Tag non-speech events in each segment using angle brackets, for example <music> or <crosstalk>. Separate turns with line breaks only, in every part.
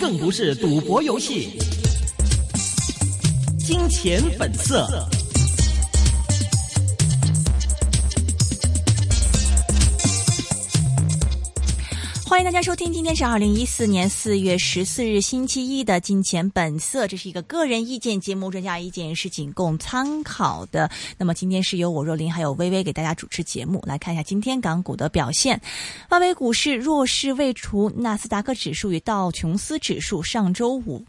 更不是赌博游戏。金钱本色。
欢迎大家收听，今天是二零一四年四月十四日星期一的《金钱本色》，这是一个个人意见节目，专家意见是仅供参考的。那么今天是由我若琳还有微微给大家主持节目，来看一下今天港股的表现。外围股市弱势未除，纳斯达克指数与道琼斯指数上周五。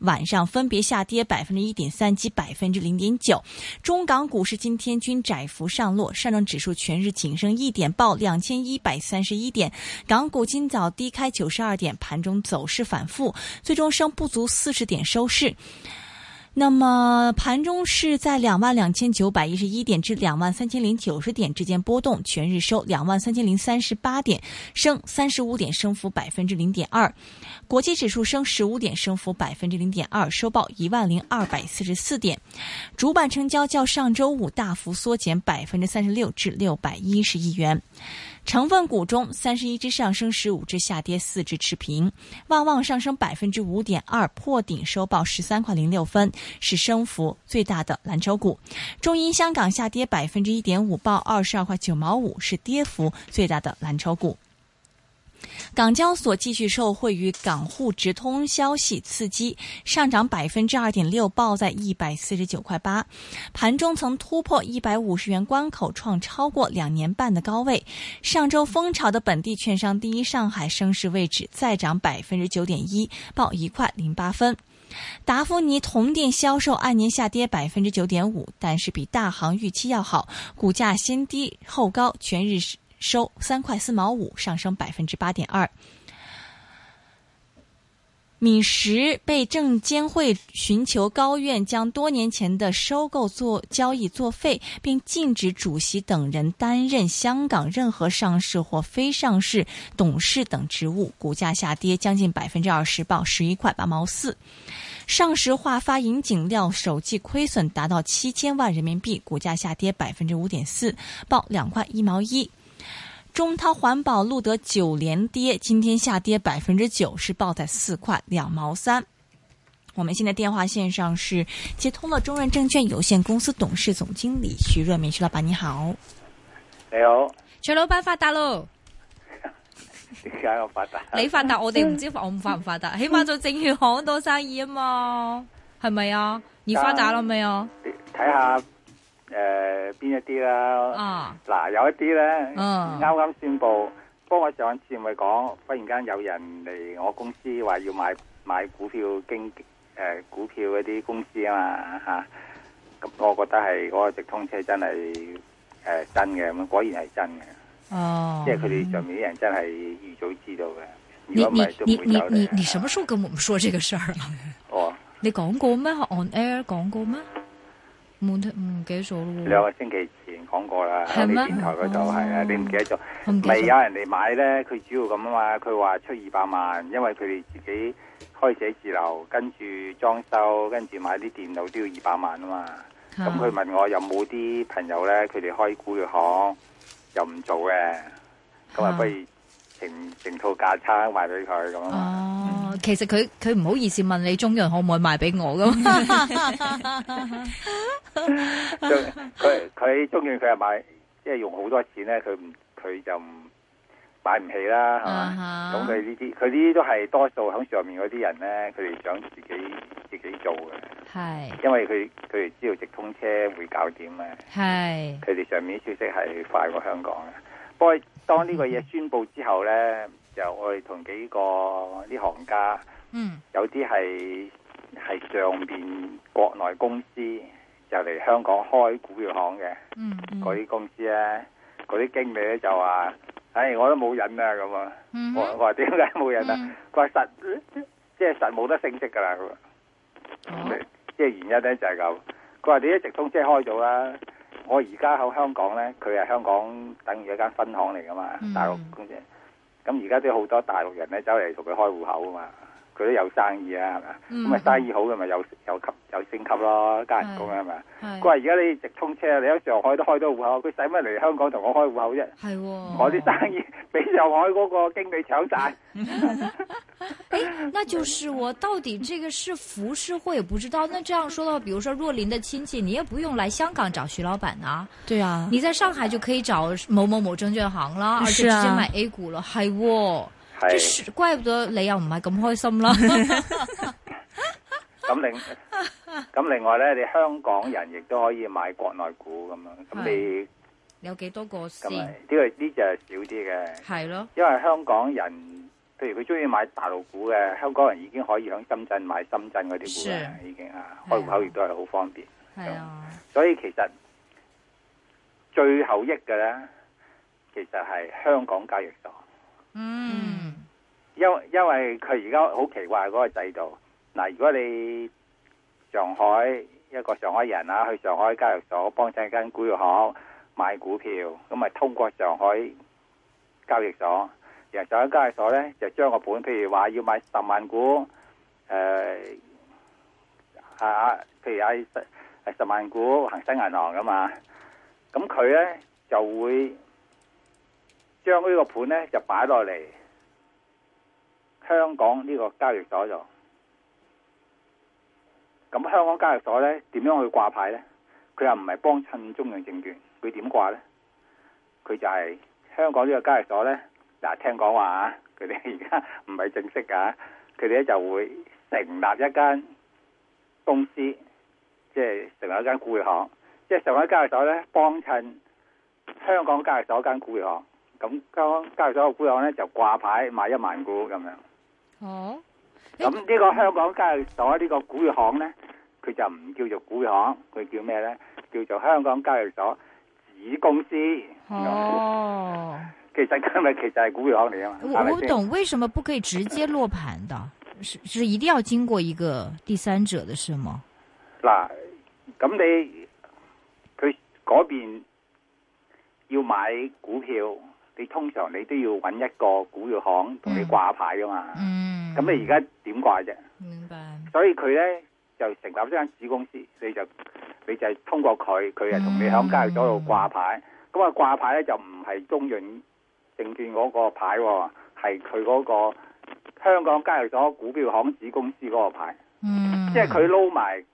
晚上分别下跌百分之一点三及百分之零点九。中港股市今天均窄幅上落，上证指数全日仅升一点，报两千一百三十一点。港股今早低开九十二点，盘中走势反复，最终升不足四十点收市。那么盘中是在两万两千九百一十一点至两万三千零九十点之间波动，全日收两万三千零三十八点，升三十五点，升幅百分之零点二。国际指数升十五点，升幅百分之零点二，收报一万零二百四十四点。主板成交较上周五大幅缩减百分之三十六至六百一十亿元。成分股中，三十一只上升，十五只下跌，四只持平。旺旺上升百分之五点二，破顶收报十三块零六分，是升幅最大的蓝筹股。中银香港下跌百分之一点五，报二十二块九毛五，是跌幅最大的蓝筹股。港交所继续受惠于港沪直通消息刺激，上涨百分之二点六，报在一百四十九块八。盘中曾突破一百五十元关口，创超过两年半的高位。上周风潮的本地券商第一上海升势位置再涨百分之九点一，报一块零八分。达芙妮同店销售按年下跌百分之九点五，但是比大行预期要好，股价先低后高，全日是收三块四毛五，上升百分之八点二。敏实被证监会寻求高院将多年前的收购作交易作废，并禁止主席等人担任香港任何上市或非上市董事等职务，股价下跌将近百分之二十，报十一块八毛四。上石化发银井料首季亏损达到七千万人民币，股价下跌百分之五点四，报两块一毛一。中滔环保录得九连跌，今天下跌百分之九，是报在四块两毛三。我们现在电话线上是接通了中润证券有限公司董事总经理徐润明，徐老板你好，
你好，
徐老闆發達咯，
點解我發達？
你發達，我哋唔知我唔發唔發達，起碼做證券行多生意啊嘛，係咪啊？你發達啦未啊？
睇下誒邊一啲啦。
啊，
嗱，有一啲咧，
嗯
啱啱宣布，不過我上次咪講，忽然間有人嚟我公司話要買買股票經誒股票嗰啲公司啊嘛嚇。咁我覺得係嗰個直通車真係誒真嘅，咁果然係真嘅，
哦
即，係佢哋上面啲人真係預早知道嘅。如
你
果唔
你
係都
你
唔會
你
走
你
嚟
你什麼時候跟我們說這個事兒啊？
哦，
你講過咩？on air 講過咩？冇聽唔記得咗
兩
咯
個星期前講過啦，喺
係嗯咩
啲電台嗰度係啊，
哦
你唔記得咗？
喎，我唔記得
咪有啊
咗。
人嚟買咧，佢主要咁啊嘛，佢話出二百萬，因為佢哋自己開寫字樓，跟住裝修，跟住買啲電腦都要二百萬啊嘛。咁佢問我有冇啲朋友咧，佢哋開股票行又唔做嘅，咁啊
啊
不如成成套架撐賣俾佢咁啊嘛。
哦，其實佢佢唔好意思問你中潤可唔可以賣俾我
<laughs>
咁，
佢 <laughs> 佢佢中意佢係買，即係用好多錢咧，佢唔佢就唔買唔起啦，係
<laughs> 啊
嘛？
哈
咁佢呢啲佢呢啲都係多數喺上面嗰啲人咧，佢哋想自己自己做嘅，
係
因為佢佢哋知道直通車會搞點啊，
係
佢哋上面啲消息係快過香港嘅。啊不過當呢個嘢宣佈之後咧，就我哋同幾個啲行家。
嗯
有啲係係上邊國內公司就嚟香港開股票行嘅
嗯
嗰啲公司咧，嗰啲經理咧就話：，唉、我都冇人啦咁啊！
嗯
我我話點解冇人啊？
嗯
佢話實即係實冇得升職㗎啦，佢
哦
話即係原因咧就係咁。佢話你一直通車開咗啦，我而家喺香港咧，佢係香港等於一間分行嚟㗎嘛
嗯，
大陸公司。咁而家都有好多大陸人咧走嚟同佢開户口啊嘛。佢都有生意啊，係
嗯
咪？咁啊生意好嘅咪有有級有升級咯，加人工啊係咪？
嗯係
佢話而家你直通車，你喺上海都開到户口，佢使乜嚟香港同我開户口啫？
係喎，
我啲
<laughs>
生意俾上海嗰個經理搶晒。
那就是我到底这个是福是祸也不知道。那这样说的话，比如说若琳的亲戚，你也不用来香港找徐老板啊，
对啊，
你在上海就可以找某某某证券行啦，而且
是
直
啊
接买 A 股了，係喎。即
係
係怪不得你又唔係咁開心啦。 <laughs>
咁另咁另外咧，你香港人亦都可以買國內股咁樣。咁你
有幾多個
咁啊？
先
呢？個呢就係少啲嘅。
係咯，
因為香港人，譬如佢中意買大陸股嘅，香港人已經可以喺深圳買深圳嗰啲股啦，已經啊，
係啊
開户口亦都係好方便。
係啊，
所以其實最後益嘅咧，其實係香港交易所，
嗯，
因為因為佢而家好奇怪嗰個制度。嗱，如果你上海一個上海人啊，去上海交易所幫襯間股票行買股票，咁咪通過上海交易所，然後上海交易所咧就將個盤，譬如話要買十萬股，誒、啊啊，譬如喺十十萬股恒生銀行噶嘛，咁佢咧就會將呢個盤咧就擺落嚟香港呢個交易所度。咁香港交易所咧點樣去掛牌咧？佢又唔係幫襯中央證券，佢點掛咧？佢就係香港呢個交易所咧，嗱聽講話啊， <laughs> 佢哋而家唔係正式㗎，佢哋咧就會成立一間公司，即係成立一間股票行，即係上海交易所咧幫襯香港交易所間股票行，咁香港交易所個股票行咧就掛牌買一萬股咁樣。
哦，
<laughs> 咁呢個香港交易所呢個股票行呢，佢就唔叫做股票行，佢叫咩呢？叫做香港交易所子公司。
哦，
其實佢咪其實係股票行嚟啊嘛，
我
係
我
咪先？
懂为什么不可以直接落盘的，是是一定要经过一个第三者的是吗？
嗱，咁你佢嗰邊要買股票，你通常你都要揾一個股票行同你
嗯
掛牌噶嘛。
嗯，
咁、你而家點掛啫？
明白，
所以佢咧就成立咗間子公司，你就你就係通過佢，佢係同你喺交易所度掛牌。咁啊掛牌咧就唔係中潤證券嗰個牌喎，係佢嗰個香港交易所股票行子公司嗰個牌，
嗯，
即係佢撈埋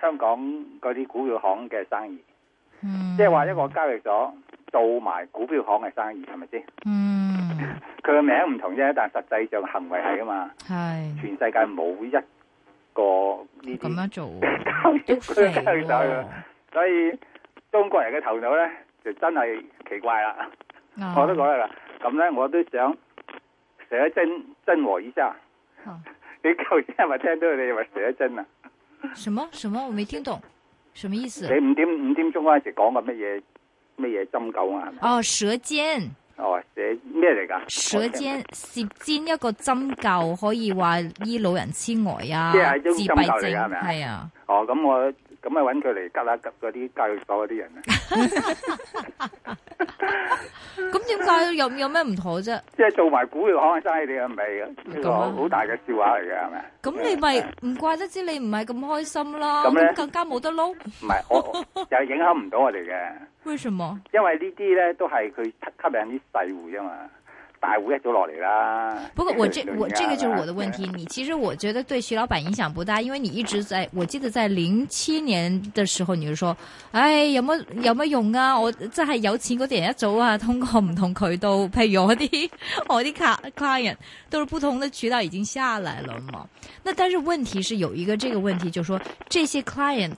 香港嗰啲股票行嘅生意，
嗯，
即係話一個交易所做埋股票行嘅生意，係咪先？
嗯，
佢嘅名唔同啫，但實際上行為係噶嘛，
系
全世界冇一個呢啲
咁。样做喎，
<laughs> 交易
都
所
肥
交易所
喎
嘅，所以中國人嘅頭腦咧就真係奇怪啦。
啊
我都講啦，咁咧我都想寫一針真和醫生
啊。
你頭先係咪聽到你話寫一針啊？
什么什么我没听懂，什么意思？
你五點五點鐘嗰陣時講過乜嘢乜嘢針灸啊？係咪
哦，舌尖，
哦，寫咩嚟㗎？
舌尖，舌尖一個針灸可以話醫老人痴呆啊，
即係一
自
種
閉
針灸嚟㗎
症
係咪啊
係啊，
哦，咁我咁咪揾佢嚟吉啦吉嗰啲交易所嗰啲
<laughs>
人啊！
咁點解有有咩唔妥啫？
即係做埋股票行嘅生意，你係啊咪呢個好好大嘅笑話嚟㗎？係咪啊？
啊咁你咪唔怪得知你唔係咁開心啦，
咁咧
咁更加冇得撈。
唔係
<laughs>
我我又影響唔到我哋嘅。
為什麼？
因為呢啲咧都係佢吸引啲細戶啫嘛，大戶一早落嚟啦。
不過我這我
而家
這個 <laughs> 就是我的問題。你其實我覺得對徐老闆影響不大，因為你一直在，我記得在零七年的時候，你就說：，唉，有乜有乜用啊？我真係有錢嗰啲人一早啊，通過唔同渠道，譬如我啲我啲卡 client 都是不同的渠道已經下來了嘛。那但是問題是有一個這個問題，就是說這些 client。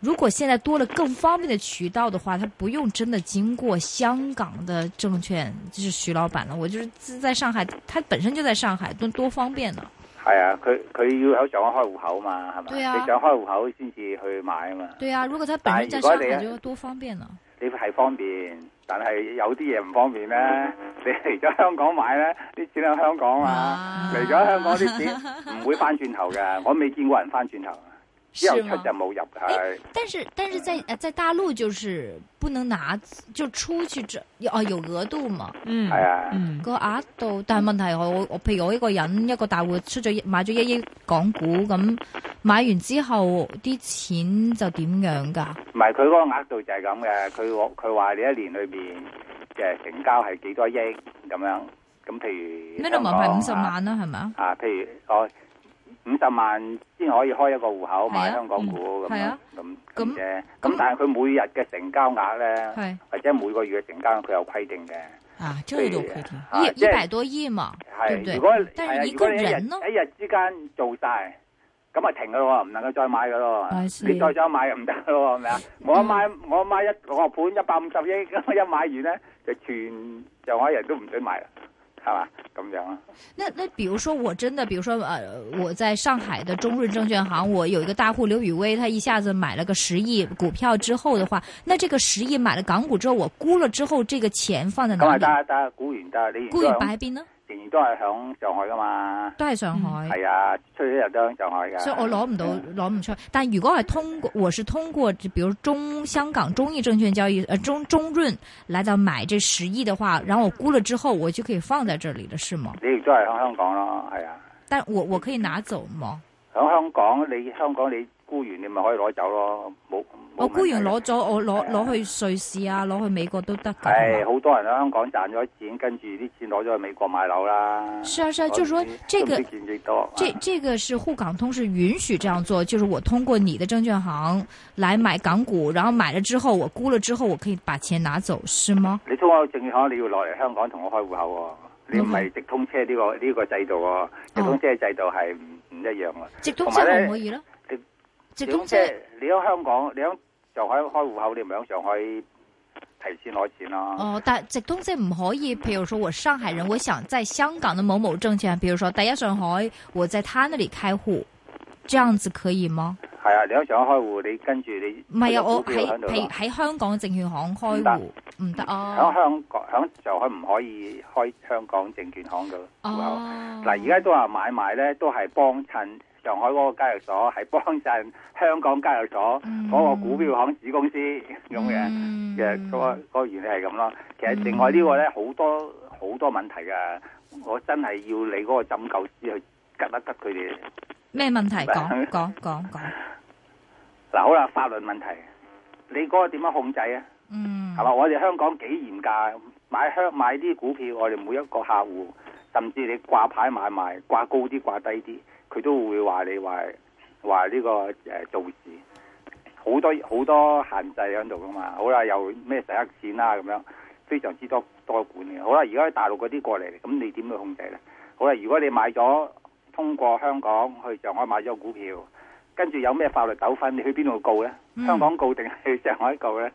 如果現在多了更方便的渠道的話，他不用真的經過香港的證券，就是徐老闆了。我就是自在上海，他本身就在上海，多多方便呢。
係啊，佢佢要喺上海開户口嘛，係咪？
對啊
你上開戶口先至去買啊嘛。
對啊，如果他本身在上海，就多方便呢。
你係方便，但係有啲嘢唔方便
<laughs>
咧。你嚟咗香港買咧，啲錢喺香港嘛，
啊 <laughs>
嚟咗香港啲錢唔會翻轉頭㗎。我未見過人翻轉頭。之後
是
出
吗
就？冇入係。
但是但是在呃在大陆就是不能拿就出去这哦有额度嘛
嗯，
係啊
嗯，
個額度，但係問題係我我譬如我一個人一個大户出咗一買咗一億港股咁買完之後啲錢就點樣㗎？
唔係佢嗰個額度就係咁嘅，佢話佢話你一年裏邊嘅成交係幾多億咁樣，咁譬如
minimum
香
係
港
五十萬啦係咪啊？
啊，譬如我五十萬先可以開一個戶口
係啊
買香港股
嗯
咁
係
樣
啊
咁
咁
咁啫，
咁
咁但係佢每日嘅成交額咧，
係
或者每個月嘅成交額佢有規定嘅，
啊，这个有规定，
啊
一
即
一
係
百多億嘛，對唔
係，
對
如果？
但
係啊
係一
如
個
果你一日
人呢？
一日之間做晒，咁啊停噶咯喎，唔能夠再買噶咯
I
喎，
see
你再想買又唔得咯喎，係
<laughs>
咪啊？我買我買一個盤一百五十億，咁一買完咧就全上海人都唔准買啦，係嘛？咁樣啊，
那那比如说，我真的，比如说，呃，我在上海的中润证券行，我有一个大户刘雨薇，他一下子买了个十亿股票之后的话，那这个十亿买了港股之后，我沽了之后，这个钱放在
咁
哪
啊
里？
得得，股完得，你
沽
都
完
係
擺喺邊呢？
仍然都係響上海噶嘛。
都係上海，
係啊，出去一日都響上海噶。
所以我攞唔到，
嗯
攞唔出。但如果係通過，我是通過，比如中香港中益證券交易，呃中中润来到买这十亿的话，然后我沽了之后，我就可以放在这里了，是吗？
你亦都係響香港咯，係啊，
但我我可以拿走嗎？
響香港你香港你沽完你咪可以攞走咯，冇
我沽完攞。咗，我
係
攞
啊
攞去瑞士啊，攞去美國都得
系
<laughs> 㗎。
哎好多人喺香港賺咗錢，跟住啲錢攞咗去美國買樓啦。
是啊是啊，
我
就是说
唔知
这
都
个
唔知見幾多啊
这这个是沪港通是允许这样做，就是我通过你的证券行来买港股，然后买了之后我沽了之后，我可以把钱拿走，是吗？
你通過證券行，你要落嚟香港同我開户口喎。你唔係直通車呢、個呢、個制度
哦
喎，直通車制度係唔唔一樣嘅。
直通
同
車
埋
可
呢
唔可以呢？
直
直通車
你喺香港，你喺上海開户口，你咪喺上海提前攞錢咯。
哦，但直通車唔可以。譬如說我上海人，我想在香港的某某證券，比如說第一上海，我在他那里開戶，这样子可以嗎？
係啊，你喺上海開户，你跟住你
唔係啊，我
佢有股票
喺
喺度
喺喺香港證券行開
唔得
戶唔得
喺
哦。
香港喺上海唔可以開香港證券行嘅户口。
哦，
嗱，而家都話買賣咧，都係幫襯上海嗰個交易所，係幫襯香港交易所
嗯
嗰個股票行子公司咁嘅
嗯
嘅嗰個嗰個原理係咁咯。其實另外呢個咧好多好多問題㗎，我真係要你嗰個針灸師去吉一吉佢哋。
咩問題？講講講
<laughs>
講，
嗱，好啦，法律問題，你嗰個點樣控制啊？
嗯
係嘛？我哋香港幾嚴格，買香買啲股票，我哋每一個客戶，甚至你掛牌買賣，掛高啲掛低啲，佢都會話你話話呢個誒、呃做事，好多好多限制喺度噶嘛。好啦，又咩洗黑錢啦、咁樣，非常之多多管嘅。好啦，而家喺大陸嗰啲過嚟，咁你點去控制呢？好啦，如果你買咗通過香港去上海買咗股票，跟住有咩法律糾紛，你去邊度告呢？
嗯
香港告定係去上海告呢？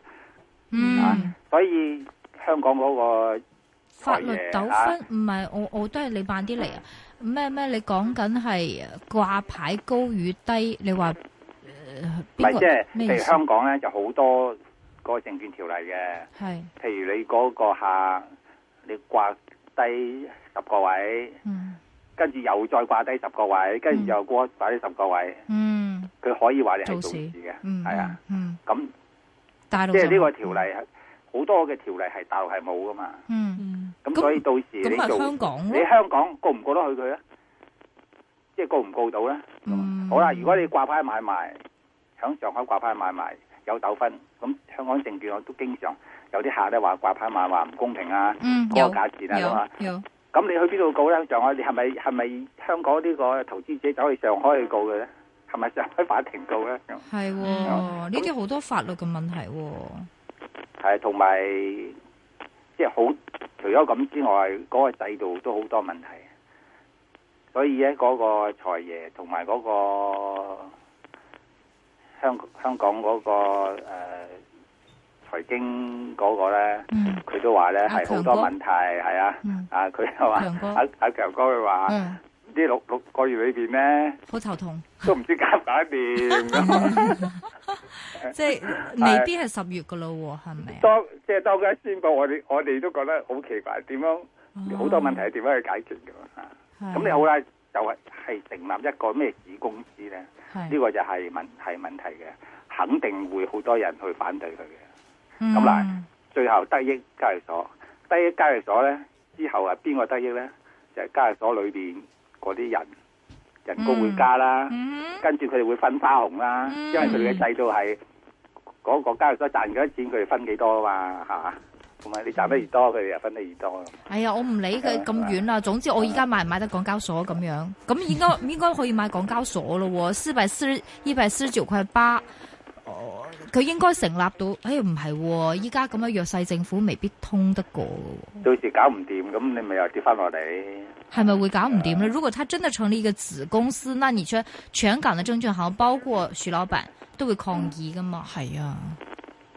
嗯，
所以香港嗰、個
法律
啊
糾紛唔係我我都係你慢啲嚟啊！咩咩？你講緊係掛牌高與低？你話呃
唔
邊
係
個
即係，
咩
譬
意
如
思？
香港咧就好多嗰個證券條例嘅，
係
譬如你嗰個客你掛低十個位，
嗯
跟住又再掛低十個位，跟住又過掛低十個位，
嗯
佢可以話你係
做
做
事
事嘅，
嗯
係啊，
嗯，
咁
大陸
即係
就
呢個條例係好多嘅條例係大陸係冇噶嘛，
嗯
嗯，
咁
咁
所以到時
咁
你
咪
做
香港
你
咯
香港告唔告得去佢咧？即係告唔告到咧？
嗯
好啦，如果你掛牌買賣，喺上海掛牌買賣有糾紛，咁香港證券我都經常有啲客咧話掛牌買賣唔公平啊，
嗯
嗰
有
個價錢啊咁啊，
有有
咁你去邊度告咧？上海你係咪係咪香港呢個投資者走去上海去告嘅咧？係咪上海法庭告咧？
係喎，
嗯
呢啲好多法律嘅問題喎。
係同埋即係好，除咗咁之外，嗰、個制度都好多問題，所以咧嗰、個財爺同埋嗰個香香港嗰、個誒、呃、財經嗰個咧，
嗯
佢都話咧
阿
係好
強
多
哥
問題，係啊，
嗯
啊佢又話
強哥
阿阿強哥佢話呢
嗯，
六六個月裏邊咧
好頭痛。
都唔知搞唔搞得掂咁。呃
即係未必係十月噶咯喎，係咪啊？
當即係當佢一宣布，我哋我哋都覺得好奇怪，點樣
哦
好多問題係點樣去解決嘅嘛？啊
係
咁你好啦，就就係係成立一個咩子公司咧？呢、
係
個就係問係問題嘅，肯定會好多人去反對佢嘅。
嗯
咁嗱最後得益交易所，得益交易所咧之後係邊個得益咧？就係、交易所裏邊嗰啲人人工會加啦，
嗯
跟住佢哋會分花紅啦，
嗯
因為佢哋嘅制度係嗰、個交易所賺幾多錢，佢哋分幾多啊嘛，係嘛？同埋你賺得越多，佢哋又分得越多。
哎呀，我唔理佢咁遠啦。總之我而家買唔買得港交所咁樣，咁應該應該可以買港交所咯喎。四百四一百四十九塊八，哦佢應該成立到。哎呀，唔係喎，依家咁嘅弱勢政府未必通得過嘅
到時搞唔掂，咁你咪又跌翻落嚟。
喎，係咪會搞唔掂呢？如果他真的成立一個子公司，那你全全港的證券行，包括徐老闆，都會抗議噶嘛？係啊，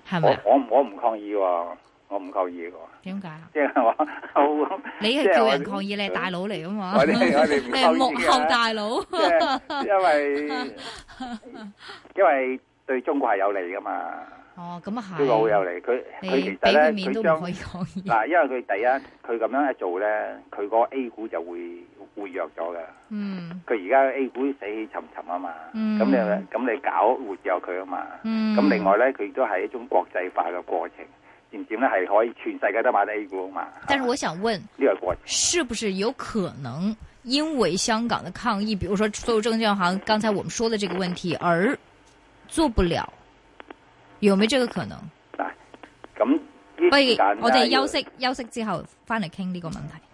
係咪
我
啊？
我唔我唔抗議喎、我唔抗議喎、 <laughs>
點解啊？
即係我好
你係叫人抗議，你係大佬嚟啊嘛？
我哋我哋唔
你係幕
抗議
後
嘅
大佬。
即係因
<laughs>
為因為對中國係有利噶嘛，
哦，咁啊係。
中國好有利。佢佢
你
其
俾
實
佢
咧，
面
佢
都唔
將
可以講 <laughs> 嘢。
嗱，因為佢第一佢咁樣一做咧，佢嗰個 A 股就會會弱咗噶。
嗯
佢而家 A 股死氣沉沉啊嘛，咁、
嗯
你咁你搞活躍佢啊嘛。
嗯。
咁另外咧，佢亦都係一種國際化嘅過程，漸漸咧係可以全世界都買到 A 股啊嘛。
但是我想問，
呢個過程，
是不是有可能因為香港的抗議，比如說所有證券行刚才我们说的這個問題，而做不了？有沒有這個可能？
咁呢
不如
時間
我哋
咧
休息休息之後翻嚟傾呢個問題。